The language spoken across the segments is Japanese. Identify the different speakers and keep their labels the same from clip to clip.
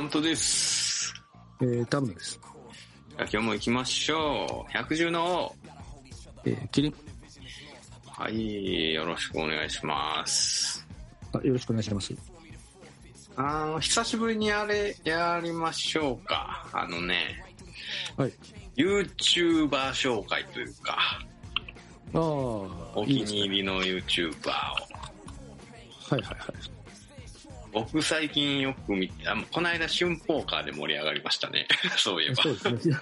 Speaker 1: ントです。
Speaker 2: えー、多分です。
Speaker 1: じゃあ今日も行きましょう。百獣の王。
Speaker 2: えー、キリン。
Speaker 1: はい、よろしくお願いします。
Speaker 2: あ、よろしくお願いします。
Speaker 1: あの、久しぶりにあれ、やりましょうか。あのね、
Speaker 2: はい。
Speaker 1: YouTuber 紹介というか、
Speaker 2: ああ、
Speaker 1: お
Speaker 2: いい
Speaker 1: 気
Speaker 2: ですね。
Speaker 1: に入りの YouTuber を。
Speaker 2: はいはいはい。
Speaker 1: 僕最近よく見て、あこの間春ポーカーで盛り上がりましたね。 そういえば
Speaker 2: そう。ですね。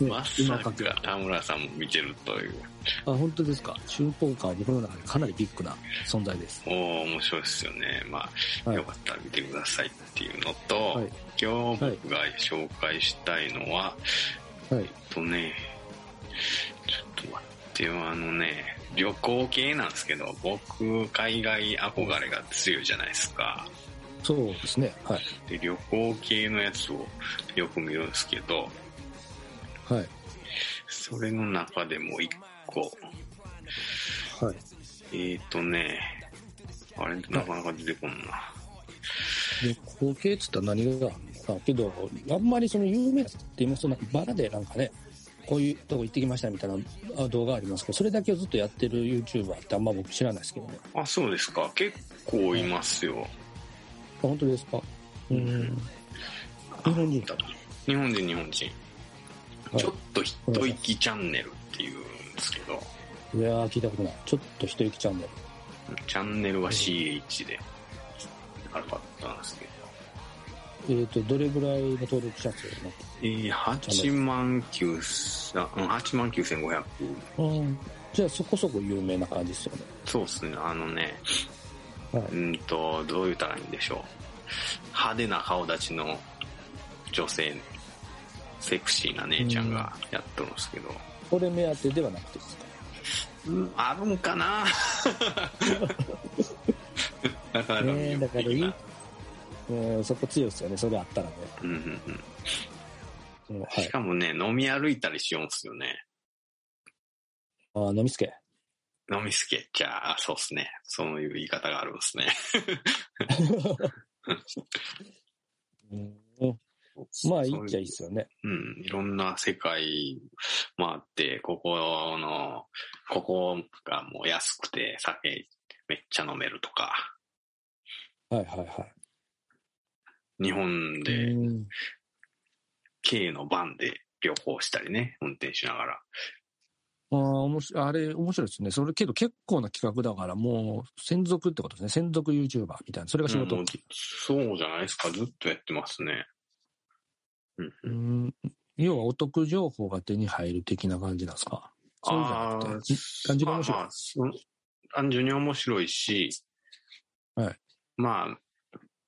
Speaker 2: ね
Speaker 1: まさ
Speaker 2: 今
Speaker 1: か
Speaker 2: 書く
Speaker 1: 田村さんも見てるという。
Speaker 2: あ、本当ですか。中ポーカーは僕の中でかなりビッグな存在です。
Speaker 1: おお面白いですよね。まあ、
Speaker 2: はい
Speaker 1: よかったら見てくださいっていうのと、
Speaker 2: はい
Speaker 1: 今日僕が紹介したいのは、
Speaker 2: は
Speaker 1: え
Speaker 2: い。
Speaker 1: っとね、ちょっと待ってよ、あのね、旅行系なんですけど、僕、海外憧れが強いじゃないですか。
Speaker 2: そうですね。はい。
Speaker 1: で、旅行系のやつをよく見るんですけど、
Speaker 2: はい。
Speaker 1: それの中でも一個、
Speaker 2: はい。
Speaker 1: えっ、とね、あれ、なかなか出てこんな。
Speaker 2: 旅行系っつったら何があるのかなけど、あんまりその有名って言いますと、なんかバラでなんかね、こういうとこ行ってきましたみたいなあ動画ありますけど、それだけをずっとやってる YouTuber ってあんま僕知らないですけどね。
Speaker 1: あ、そうですか。結構いますよ。
Speaker 2: あ本当ですかうん。日本人だ。
Speaker 1: 日本人、日本人。
Speaker 2: はい
Speaker 1: ちょっと一息チャンネルっていうんですけど、
Speaker 2: いやー、聞いたことない。ちょっと一息チャンネ
Speaker 1: チャンネルは CH で、あかったんですけど。
Speaker 2: ル。えっ、と、どれぐらいの登録者数になって
Speaker 1: えー、8万9千、うん、8万9500。
Speaker 2: うん。じゃあそこそこ有名な感じですよね。
Speaker 1: そうですね、あのね、
Speaker 2: はい
Speaker 1: うんと、どう言ったらいいんでしょう。派手な顔立ちの女性、セクシーな姉ちゃんがやっとるんですけど、
Speaker 2: これ目当てではなくてですか
Speaker 1: うんあるんか ななかなか
Speaker 2: ねえ
Speaker 1: 魅
Speaker 2: だ
Speaker 1: 力
Speaker 2: から
Speaker 1: 的な。
Speaker 2: うん、そこ強いですよね。それあったらね。
Speaker 1: うんうんうん
Speaker 2: うん、は
Speaker 1: し
Speaker 2: い。
Speaker 1: かもね、飲み歩いたりしようんすよね。
Speaker 2: あー飲みつけ。
Speaker 1: 飲みすけ。じゃあ、そうっすね。そういう言い方があるんですね。
Speaker 2: うん、 まあ、いいっちゃいいっ
Speaker 1: そう
Speaker 2: すよね。
Speaker 1: ううん。いろんな世界もあって、ここの、ここがもう安くて酒めっちゃ飲めるとか、
Speaker 2: はいはいはい。
Speaker 1: 日本で
Speaker 2: うん、
Speaker 1: 軽のバンで旅行したりね、運転しながら。
Speaker 2: あーおもしあれ、面白いですね。それけど結構な企画だから、もう専属ってことですね。専属 YouTuber みたいな。それが仕事。
Speaker 1: うんもうそうじゃないですか。ずっとやってますね。うんう。
Speaker 2: うんん、要はお得情報が手に入る的な感じなんですかそうじゃなくて。単純に面白
Speaker 1: ま
Speaker 2: い
Speaker 1: あまあうん単純に面白いし、
Speaker 2: はい
Speaker 1: まあ、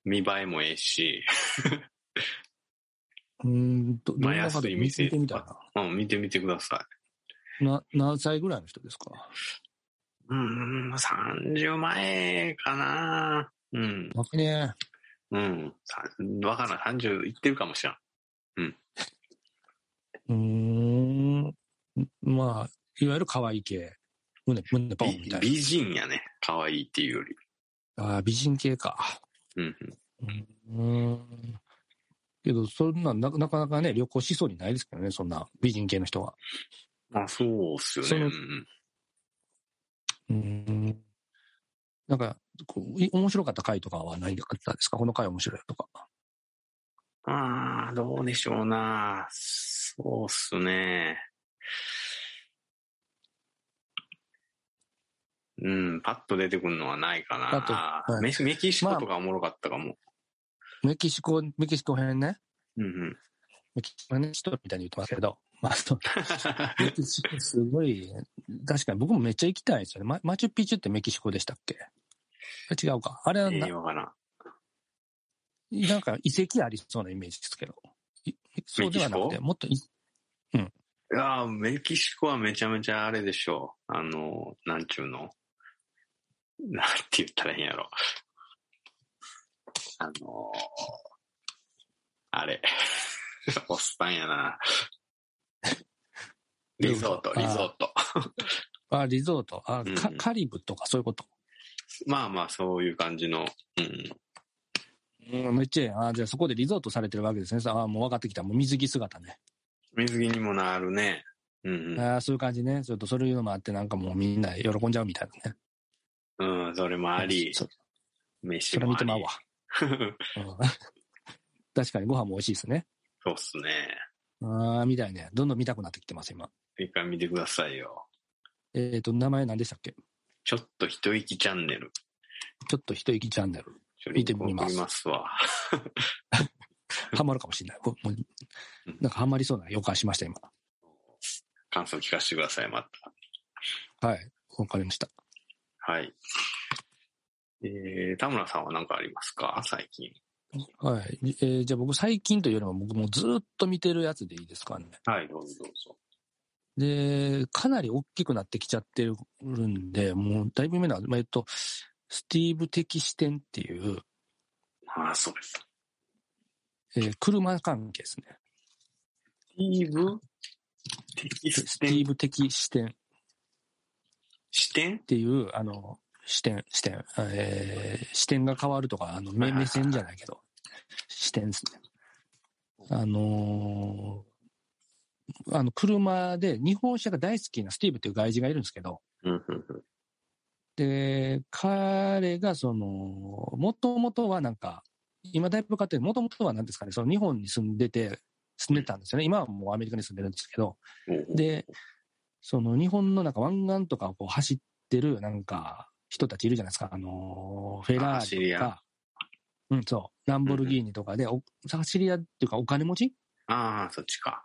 Speaker 1: 見栄えもええし、
Speaker 2: うんと、
Speaker 1: まあ
Speaker 2: どんな方
Speaker 1: 安い店
Speaker 2: 見てみたい
Speaker 1: うん、見てみてください。
Speaker 2: な。な、何歳ぐらいの人ですか
Speaker 1: うん、30前かなうん、
Speaker 2: 若いね。
Speaker 1: うん。さわからん、30いってるかもしれん。
Speaker 2: うーん。まあ、いわゆる可愛い系。胸、胸ポンみ
Speaker 1: 美
Speaker 2: たい
Speaker 1: 美人やね。可愛いっていうより。
Speaker 2: な。あー美人系か。
Speaker 1: うん、
Speaker 2: うん。けど、そんなんな、なかなかね、旅行しそうにないですけどね、そんな美人系の人は。
Speaker 1: うん。あ、そうっすよ
Speaker 2: そ
Speaker 1: ね。
Speaker 2: の
Speaker 1: うん
Speaker 2: うん。なんか、こうい面白かった回とかはないかったですかこの回面白いとか。
Speaker 1: ああ、どうでしょうな。そうっすね。うん、パッと出てくるのはないか
Speaker 2: パッと
Speaker 1: な。
Speaker 2: はい
Speaker 1: メキメキシコ
Speaker 2: まあ
Speaker 1: とかおもろかったかも。
Speaker 2: メキシコ、メキシコ編ね。
Speaker 1: うんうん。
Speaker 2: メキシコ編ね、一人みたいに言ってますけど。まあ、そうメキシコすごい、確かに僕もめっちゃ行きたいんですよね。ママチュピチュってメキシコでしたっけ違うか。あれは
Speaker 1: え
Speaker 2: な
Speaker 1: え、わからん。
Speaker 2: なんか遺跡ありそうなイメージですけど。いそうではなく
Speaker 1: メキシ
Speaker 2: て、もっとい、
Speaker 1: いやーメキシコはめちゃめちゃあれでしょう。あの、なんちゅうの。なんて言ったらいいんやろ。あのーあれ。おっさんやな。リゾート、
Speaker 2: どうぞ
Speaker 1: リゾート。
Speaker 2: あ、リゾート、あ、
Speaker 1: うん
Speaker 2: カカリブとかそういうこと。
Speaker 1: まあまあ、そういう感じの。うん。
Speaker 2: うん、めっちゃええあーじゃあそこでリゾートされてるわけですね。さあーもう分かってきた。もう水着姿ね。
Speaker 1: 水着にもなるね。 うん
Speaker 2: あーそういう感じね。ちょっとそういうのもあって、なんかもうみんな喜んじゃうみたいなね。
Speaker 1: うん。うん、それもあり、
Speaker 2: そ
Speaker 1: 飯
Speaker 2: それ
Speaker 1: も
Speaker 2: 見
Speaker 1: あ
Speaker 2: て
Speaker 1: り
Speaker 2: まう。わ。うん 確かにご飯も美味しいですね。
Speaker 1: そうっすね。
Speaker 2: ああ、みたいね。どんどん見たくなってきてます、今。
Speaker 1: 一回見てくださいよ。
Speaker 2: えっ、と、名前何でしたっけ
Speaker 1: ちょっと一息チャンネル。
Speaker 2: ちょっと一息チャンネル。
Speaker 1: ちょ
Speaker 2: 見てみま
Speaker 1: リンク送り
Speaker 2: す
Speaker 1: ますわ。
Speaker 2: ハマるかもしれない。こもうなんかハマりそうな予感しました、今。
Speaker 1: 感想聞かせてください、また。
Speaker 2: はい。わかりました。
Speaker 1: はい。えー、田村さんは何かありますか最近。
Speaker 2: はい。えーじゃあ僕、最近というよりも、僕もうずーっと見てるやつでいいですかね。
Speaker 1: はい、どうぞどうぞ。
Speaker 2: で、かなり大きくなってきちゃってるんで、もうだいぶ目の、まあえっと、スティーブ的視点っていう、
Speaker 1: ああ、そうです。
Speaker 2: えー車関係ですね。
Speaker 1: スティーブ
Speaker 2: スティーブ的視点っ
Speaker 1: 視点
Speaker 2: ていう、あの、視点、視点、えー視点が変わるとか、あの、
Speaker 1: はい
Speaker 2: 目
Speaker 1: はいはい
Speaker 2: 目線じゃないけど、視点ですね。あのーあの、車で日本車が大好きなスティーブっていう外人がいるんですけど、
Speaker 1: うん、うん、うん。
Speaker 2: で、彼が、その、もともとはなんか、今だいぶ買ってる、もともとはなんですかね、その日本に住んでて、住んでたんですよね。今はもうアメリカに住んでるんですけど、
Speaker 1: おうおう、
Speaker 2: で、その日本のなんか湾岸とかをこう走ってるなんか人たちいるじゃないですか。あのーフェラ
Speaker 1: 走り
Speaker 2: ーリと
Speaker 1: 屋
Speaker 2: か、うん、そう、ランボルギーニとかで、お走り屋っていうかお金持ち
Speaker 1: ああ、そっちか。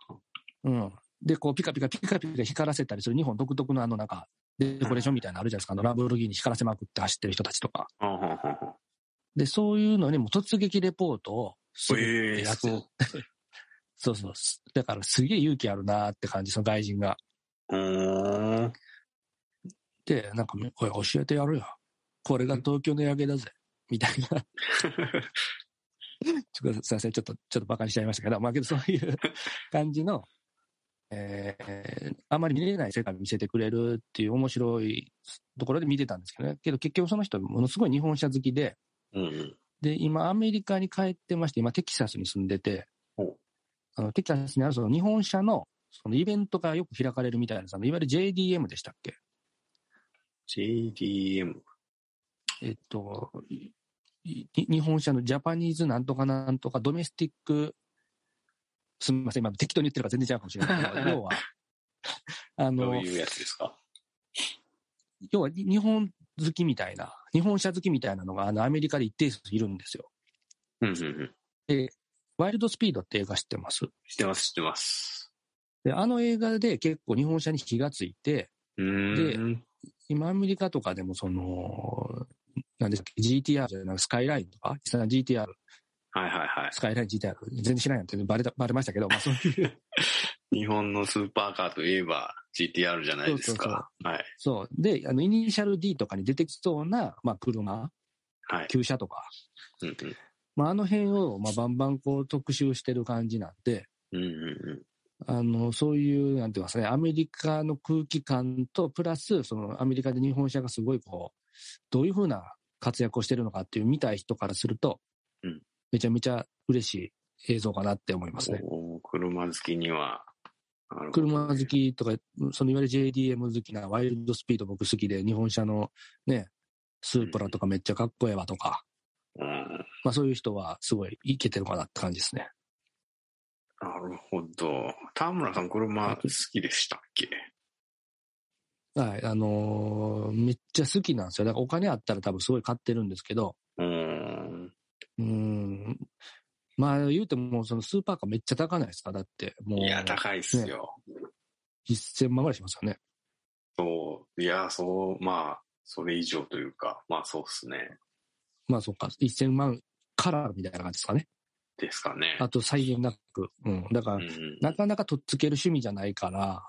Speaker 2: うん。で、こうピカピカピカピカ光らせたりする日本独特のあのなんかデコレーションみたいなのあるじゃないですか。あのランボルギーニ光らせまくって走ってる人たちとか。
Speaker 1: ああ、ほんほんほん。
Speaker 2: で、そういうのにも突撃レポートをするってやつ。
Speaker 1: ええ
Speaker 2: そうそう。だからすげえ勇気あるなーって感じ、その外人が。
Speaker 1: うーん。
Speaker 2: で、なんかめ、おい、教えてやるよ。これが東京の夜景だぜ。みたいな。 ちょっとすいません、ちょっと、ちょっとバカにしちゃいましたけど、まあけどそういう感じの、えーあまり見れない世界を見せてくれるっていう面白いところで見てたんですけどね。けど結局その人、ものすごい日本車好きで、
Speaker 1: うんうん。
Speaker 2: で、今アメリカに帰ってまして、今テキサスに住んでて
Speaker 1: ほう、
Speaker 2: あのテキサスにあるその日本車の、そのイベントがよく開かれるみたいなんですあのいわゆる JDM でしたっけ
Speaker 1: JDM。
Speaker 2: えっと、いい日本車のジャパニーズなんとかなんとかドメスティック、すみません、今適当に言ってるから全然違うかもしれな いけど。要は、 あ
Speaker 1: どう
Speaker 2: の、
Speaker 1: いうやつですか
Speaker 2: 要はに日本好きみたいな、日本車好きみたいなのがあのアメリカで一定数いるんですよ。
Speaker 1: うん、うん、うん。
Speaker 2: ワイルドスピードって映画知ってま
Speaker 1: 知
Speaker 2: す
Speaker 1: ってます、知ってます。
Speaker 2: で、あの映画で結構日本車に火がついて、
Speaker 1: うーん。
Speaker 2: 今アメリカとかでもその、なんですか、GTR じゃなくスカイラインとか、実際の GTR
Speaker 1: はいはいは
Speaker 2: スカイライン GTR、全然知らんやんってバレたバレましたけど、まあそう いう、
Speaker 1: い。日本のスーパーカーといえば GTR じゃないですか。はい。
Speaker 2: そう。で、あの、イニシャル D とかに出てきそうな、まあ、車、
Speaker 1: はい。
Speaker 2: 旧車とか、
Speaker 1: うんうん。
Speaker 2: まあ、あの辺を、まあ、バンバンこう特集してる感じなんで、
Speaker 1: うんうんうん。
Speaker 2: あの、そういう、なんていうんですかね、アメリカの空気感と、プラス、その、アメリカで日本車がすごい、こう、どういうふうな活躍をしてるのかっていう見たい人からすると、
Speaker 1: うん
Speaker 2: めちゃめちゃ嬉しい映像かなって思いますね。
Speaker 1: おー車好きには。なるほどね
Speaker 2: 車好。きとか、そのいわゆる JDM 好きなワイルドスピード僕好きで、日本車のね、スープラとかめっちゃかっこええわとか、
Speaker 1: うん。
Speaker 2: まあそういう人はすごいいけてるかなって感じですね。
Speaker 1: なるほど。田村さん、車好きでしたっけ
Speaker 2: はい、あのーめっちゃ好きなんですよ。だからお金あったら多分すごい買ってるんですけど、
Speaker 1: うーん。
Speaker 2: うーん、まあ言うてもそのスーパーカーめっちゃ高ないですかだってもう
Speaker 1: いや、高いっすよ。
Speaker 2: 1000万ぐらいしますよね。
Speaker 1: そう。いや、そう、まあ、それ以上というか、まあそうっすね。
Speaker 2: まあそっか、1000万からみたいな感じですかね。
Speaker 1: ですかね。
Speaker 2: あと際限なく。うん、だから、
Speaker 1: うん、
Speaker 2: なかなかとっつける趣味じゃないから、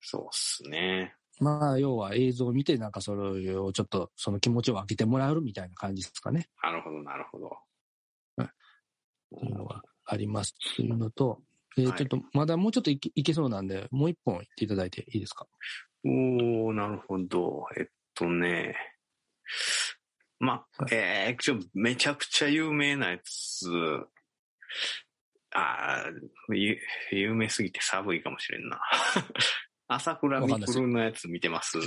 Speaker 1: そうっすね。
Speaker 2: まあ、要は映像を見て、なんかそれをちょっと、その気持ちを開けてもらうみたいな感じですかね。
Speaker 1: なるほど、なるほど。
Speaker 2: はいっていうのがありますというのと、え
Speaker 1: はい
Speaker 2: ちょっと、まだもうちょっといけいけそうなんで、もう一本言っていただいていいですか。
Speaker 1: おー、なるほど。えっとね、まあ、えー、ちょめちゃくちゃ有名なやつ、あーゆ有名すぎて寒いかもしれんな。 朝倉未来のやつ見てます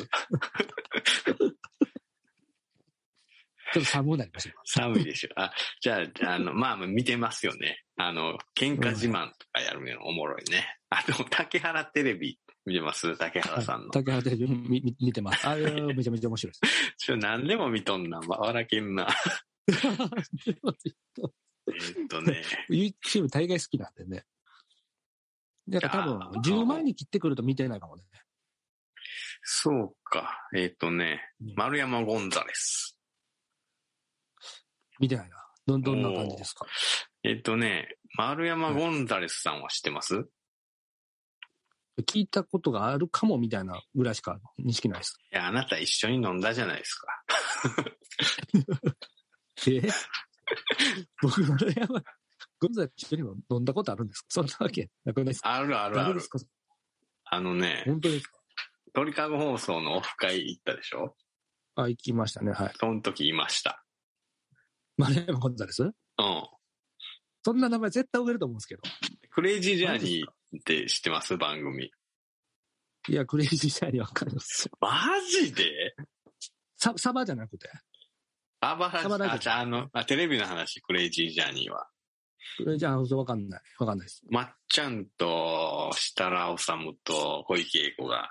Speaker 2: ちょっと寒くなりました。
Speaker 1: 寒いでしょ。あ、じゃあ、あの、まあ、見てますよね。あの、喧嘩自慢とかやるのおもろいね。あの、竹原テレビ見てます竹原さんの。
Speaker 2: 竹原テレビ見見見てます。あれはめちゃめちゃ面白いです。
Speaker 1: ちょ、何でも見とんな。わ笑けんな。えーっとね。
Speaker 2: YouTube 大概好きなんでね。だから多
Speaker 1: いやー
Speaker 2: 分、10万に切ってくると見てないかもね。
Speaker 1: そうか。えーっとね
Speaker 2: うん。
Speaker 1: 丸山ゴンザレス。
Speaker 2: 見てないな。どんどんな感じですか。
Speaker 1: えーっとね、丸山ゴンザレスさんは知ってます、い
Speaker 2: 聞いたことがあるかもみたいなぐらいしか認識ない です。
Speaker 1: や、あなた一緒に飲んだじゃないですか。
Speaker 2: え 僕、丸山、ゴンザレス一緒にも飲んだことあるんですかそんなわけなくないですか
Speaker 1: あるあるあ
Speaker 2: 誰
Speaker 1: る
Speaker 2: です。か
Speaker 1: あのね、
Speaker 2: 本当ですか
Speaker 1: 鳥かご放送のオフ会行ったでしょ
Speaker 2: あ、行きましたね。はい。
Speaker 1: その時いました。
Speaker 2: 丸山ゴンザレス
Speaker 1: うん。
Speaker 2: そんな名前絶対覚えると思うんですけど。
Speaker 1: クレイジージャーニーって知ってます番組。
Speaker 2: いや、クレイジーシャイにわかります。
Speaker 1: マジで
Speaker 2: ササバじゃなくて。
Speaker 1: あば
Speaker 2: サバラ
Speaker 1: ら、
Speaker 2: ジ
Speaker 1: あ、じゃあ、あの、あテレビの話、クレイジージャーニーは。
Speaker 2: クレイジーあ、そうわかんない。わかんないです。
Speaker 1: まっちゃんと、設楽治と小池栄子が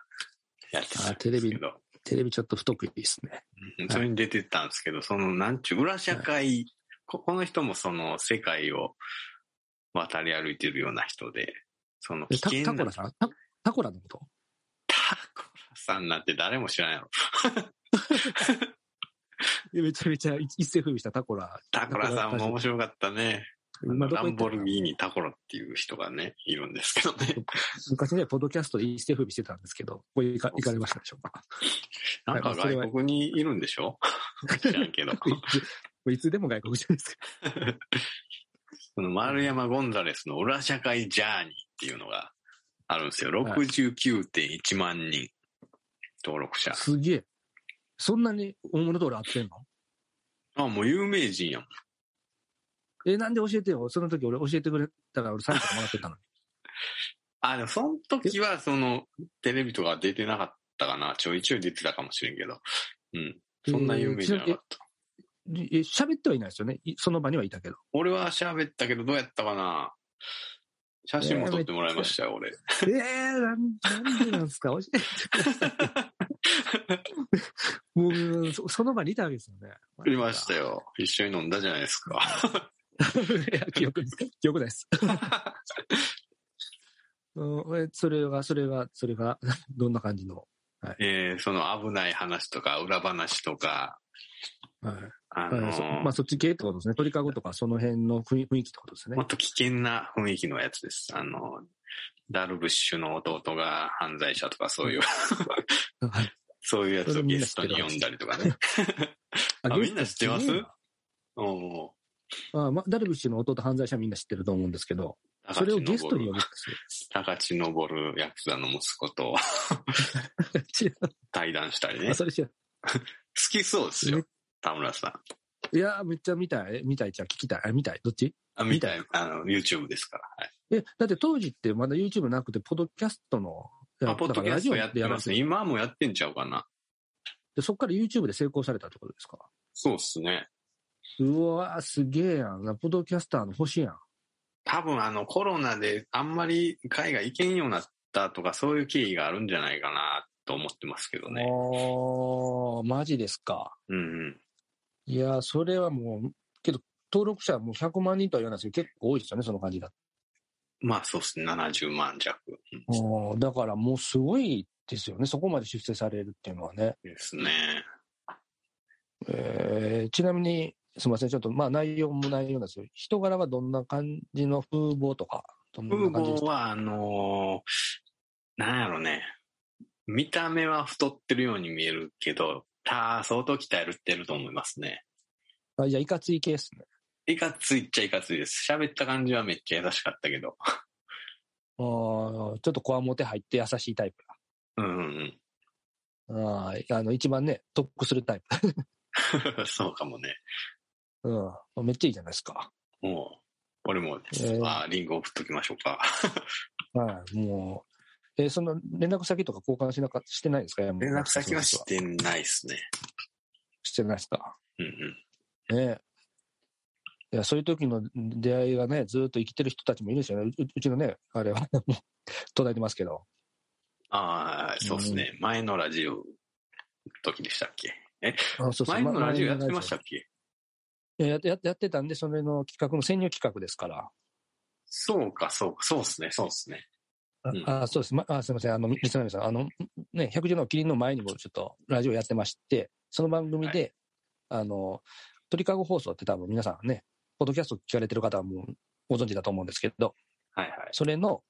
Speaker 1: やってたんですけど、
Speaker 2: テレビちょっと不得意ですね。
Speaker 1: うんそれに出てたんですけど、その、なんちゅう、裏社会、ここの人もその世界を渡り歩いてるような人で、その
Speaker 2: え
Speaker 1: 危
Speaker 2: タ
Speaker 1: 険
Speaker 2: タコ
Speaker 1: な
Speaker 2: ラさんタタコラのこと
Speaker 1: タコラさんなんて誰も知らんやろ。
Speaker 2: いやめちゃめちゃ一一世風靡したタコラ。
Speaker 1: タコラさんも面白かったね。
Speaker 2: 今ど
Speaker 1: ラ
Speaker 2: こ行
Speaker 1: ン
Speaker 2: った
Speaker 1: ボ
Speaker 2: か
Speaker 1: ルギーニタコラっていう人がね、いるんですけど ね。
Speaker 2: 昔ね、ポッドキャストで一世風靡してたんですけど、ここへ行か行かれましたでしょうか。
Speaker 1: なんか外国にいるんでしょ知らんけど。
Speaker 2: いつでも外国人ですか
Speaker 1: その丸山ゴンザレスの裏社会ジャーニーっていうのがあるんですよ。69.1万人登録者
Speaker 2: ら。。すげえ。そんなに大物と俺会ってんの
Speaker 1: あ、もう有名人やもん。
Speaker 2: え、なんで教えてよ。その時俺教えてくれたら俺サインとかもらってたのに。
Speaker 1: あ、でもその時はそのテレビとか出てなかったかな。ちょいちょい出てたかもしれんけど。うん。そんな有名じゃなかった。
Speaker 2: ええ喋ってはいないですよね。いその場にはいたけど。
Speaker 1: 俺は喋ったけどどうやったかな。写真も撮ってもらいましたよ、俺。
Speaker 2: えー、なんなんでなんですか教えてくださ い。もうそ、その場にいたわけですよね。
Speaker 1: いましたよ。一緒に飲んだじゃないですか。
Speaker 2: いや記憶ない記憶な いです。うんえそれが、それが、それが、どんな感じの。
Speaker 1: えーその危ない話とか、裏話とか、
Speaker 2: はい
Speaker 1: あ
Speaker 2: は
Speaker 1: の
Speaker 2: いそ
Speaker 1: ー
Speaker 2: まあ、そっち系ってことですね。鳥かごとか、その辺の雰囲雰囲気ってことですね
Speaker 1: もっ。と危険な雰囲気のやつです。あの、ダルブッシュの弟が犯罪者とかそういう、
Speaker 2: はい
Speaker 1: そういうやつをゲストに呼んだりとかね。あみんな知ってますおう
Speaker 2: あ、まあ、ダルビッシュの弟犯罪者はみんな知ってると思うんですけど、それをゲストに呼ぶんです
Speaker 1: 高知昇るヤクザの息子と
Speaker 2: よ。
Speaker 1: 対談したり
Speaker 2: 違う
Speaker 1: ね。
Speaker 2: あ
Speaker 1: 好
Speaker 2: それ違う。
Speaker 1: きそうです
Speaker 2: ね
Speaker 1: よ、田村さん。
Speaker 2: いやー、めっちゃ見たい。見たいじゃん聞きたい。あ見たい。どっち
Speaker 1: あ、みたい、あの、YouTube ですから。はい。
Speaker 2: え、だって当時ってまだ YouTube なくて、ポッドキャストの、い
Speaker 1: ま
Speaker 2: や
Speaker 1: あ、ポッドキャストやってますね。
Speaker 2: だからラジオでやらせて
Speaker 1: 今はもうやってんちゃうかな。
Speaker 2: でそっから YouTube で成功されたってことですか
Speaker 1: そうですね。
Speaker 2: うわー、すげえやん。ポッドキャスターの星やん。
Speaker 1: 多分あのコロナであんまり海外行けんようになったとかそういう経緯があるんじゃないかなと思ってますけどね。
Speaker 2: おー、マジですか。
Speaker 1: うんうん。
Speaker 2: いやー、それはもう、けど、登録者はもう100万人とは言わないですけど、結構多いですよね、その感じだと。
Speaker 1: まあそうですね、70万弱うん
Speaker 2: おーだからもうすごいですよね、そこまで出世されるっていうのはね。
Speaker 1: ですね。
Speaker 2: えーちなみに、すみません、ちょっと、まあ、内容も内容なんですよ。人柄はどんな感じの風貌とか、どん
Speaker 1: 風
Speaker 2: な感じでし
Speaker 1: 貌
Speaker 2: た
Speaker 1: はあのーなんやろね。見た目は太ってるように見えるけど、た相当鍛えるってると思いますね。
Speaker 2: あじゃあ、いかつい系ですね。
Speaker 1: いかついっちゃいかついです。喋った感じはめっちゃ優しかったけど。
Speaker 2: あーちょっとこわもて入って優しいタイ
Speaker 1: う
Speaker 2: プ
Speaker 1: んうんうん。
Speaker 2: だ。あーあの一番ね、トップするタイ プ。
Speaker 1: そうかもね。
Speaker 2: うん。めっちゃいいじゃないですか。
Speaker 1: もう、これも、
Speaker 2: えー
Speaker 1: あーリンク送っときましょうか。
Speaker 2: はい。もう、えーその連絡先とか交換しなかしてないですか
Speaker 1: 連絡先はし
Speaker 2: して
Speaker 1: ないっすね。
Speaker 2: してないですか。
Speaker 1: うんうん。
Speaker 2: ねえ。いや、そういう時の出会いがね、ずっと生きてる人たちもいるんですよね。うううちのね、あれは、もう、途絶えてますけど。
Speaker 1: ああ、そうですね。前のラジオの時でしたっけ
Speaker 2: あそうそう
Speaker 1: 前の
Speaker 2: ま
Speaker 1: ラジオやってましたっけ
Speaker 2: いややってやってやってたんで、それの企画の潜入企画ですから。
Speaker 1: そうか、そうか、そうですね、そうですね。
Speaker 2: あ
Speaker 1: うん
Speaker 2: あそうです。ま、あすみません。あの、三波さん、あの、ね、百獣の麒麟の前にもちょっとラジオやってまして、その番組で、あの、鳥かご放送って多分皆さんね、ポッドキャスト聞かれてる方はもうご存知だと思うんですけど、
Speaker 1: はいはい。
Speaker 2: それの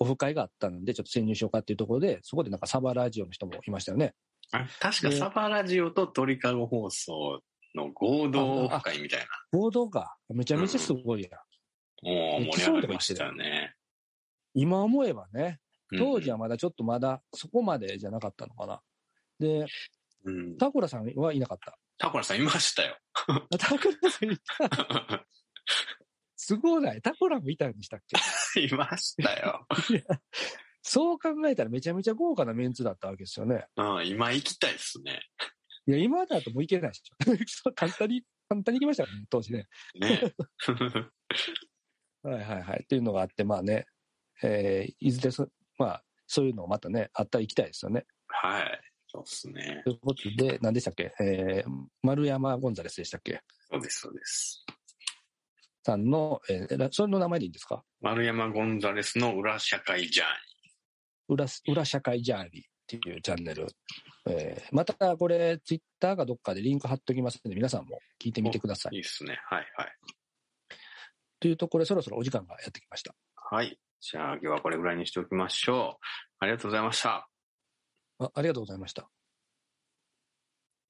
Speaker 2: オフ会があったので、ちょっと潜入しようかっていうところで、そこでなんかサバラジオの人もいましたよね。
Speaker 1: あ確かサバラジオと鳥かご放送の合同オフ会みたいな。
Speaker 2: 合同がめちゃめちゃすごいや、
Speaker 1: もう盛り上がりましたよね。
Speaker 2: ん、今思えばね、当時
Speaker 1: は。
Speaker 2: はまだちょっとまだそこまでじゃなかったのかな。で、
Speaker 1: うん。
Speaker 2: タコラさんはいなかった。
Speaker 1: タコラさんいましたよ。
Speaker 2: あタコラさんいた。すごない。タコラもいたんでしたっけ
Speaker 1: いましたよ。
Speaker 2: そう考えたらめちゃめちゃ豪華なメンツだったわけですよね。
Speaker 1: うん、今行きたいっすね。
Speaker 2: いや、今だともういけないでしょ。 そう簡単に、簡単に行きましたよね、当時ね。
Speaker 1: ね。
Speaker 2: はいはいはい。っていうのがあって、まあね、えーいずれそ、まあ、そういうのをまたね、あったら行きたいですよね。
Speaker 1: はい。そうっすね
Speaker 2: と。いうことで、何でしたっけえー丸山ゴンザレスでしたっけ
Speaker 1: そうです、そうです。
Speaker 2: さんの、えー、らそれの名前でいいんですか
Speaker 1: 丸山ゴンザレスの裏社会ジャーニ
Speaker 2: 裏す、裏社会ジャーニーっていうチャンネル。えーまたこれ、ツイッターかどっかでリンク貼っておきますので、皆さんも聞いてみてくださ
Speaker 1: ー。
Speaker 2: い。
Speaker 1: いいっすね。はいはい。
Speaker 2: というところで、そろそろお時間がやってきました。
Speaker 1: はい。じゃあ今日はこれぐらいにしておきましょう。ありがとうございました。
Speaker 2: あありがとうございました。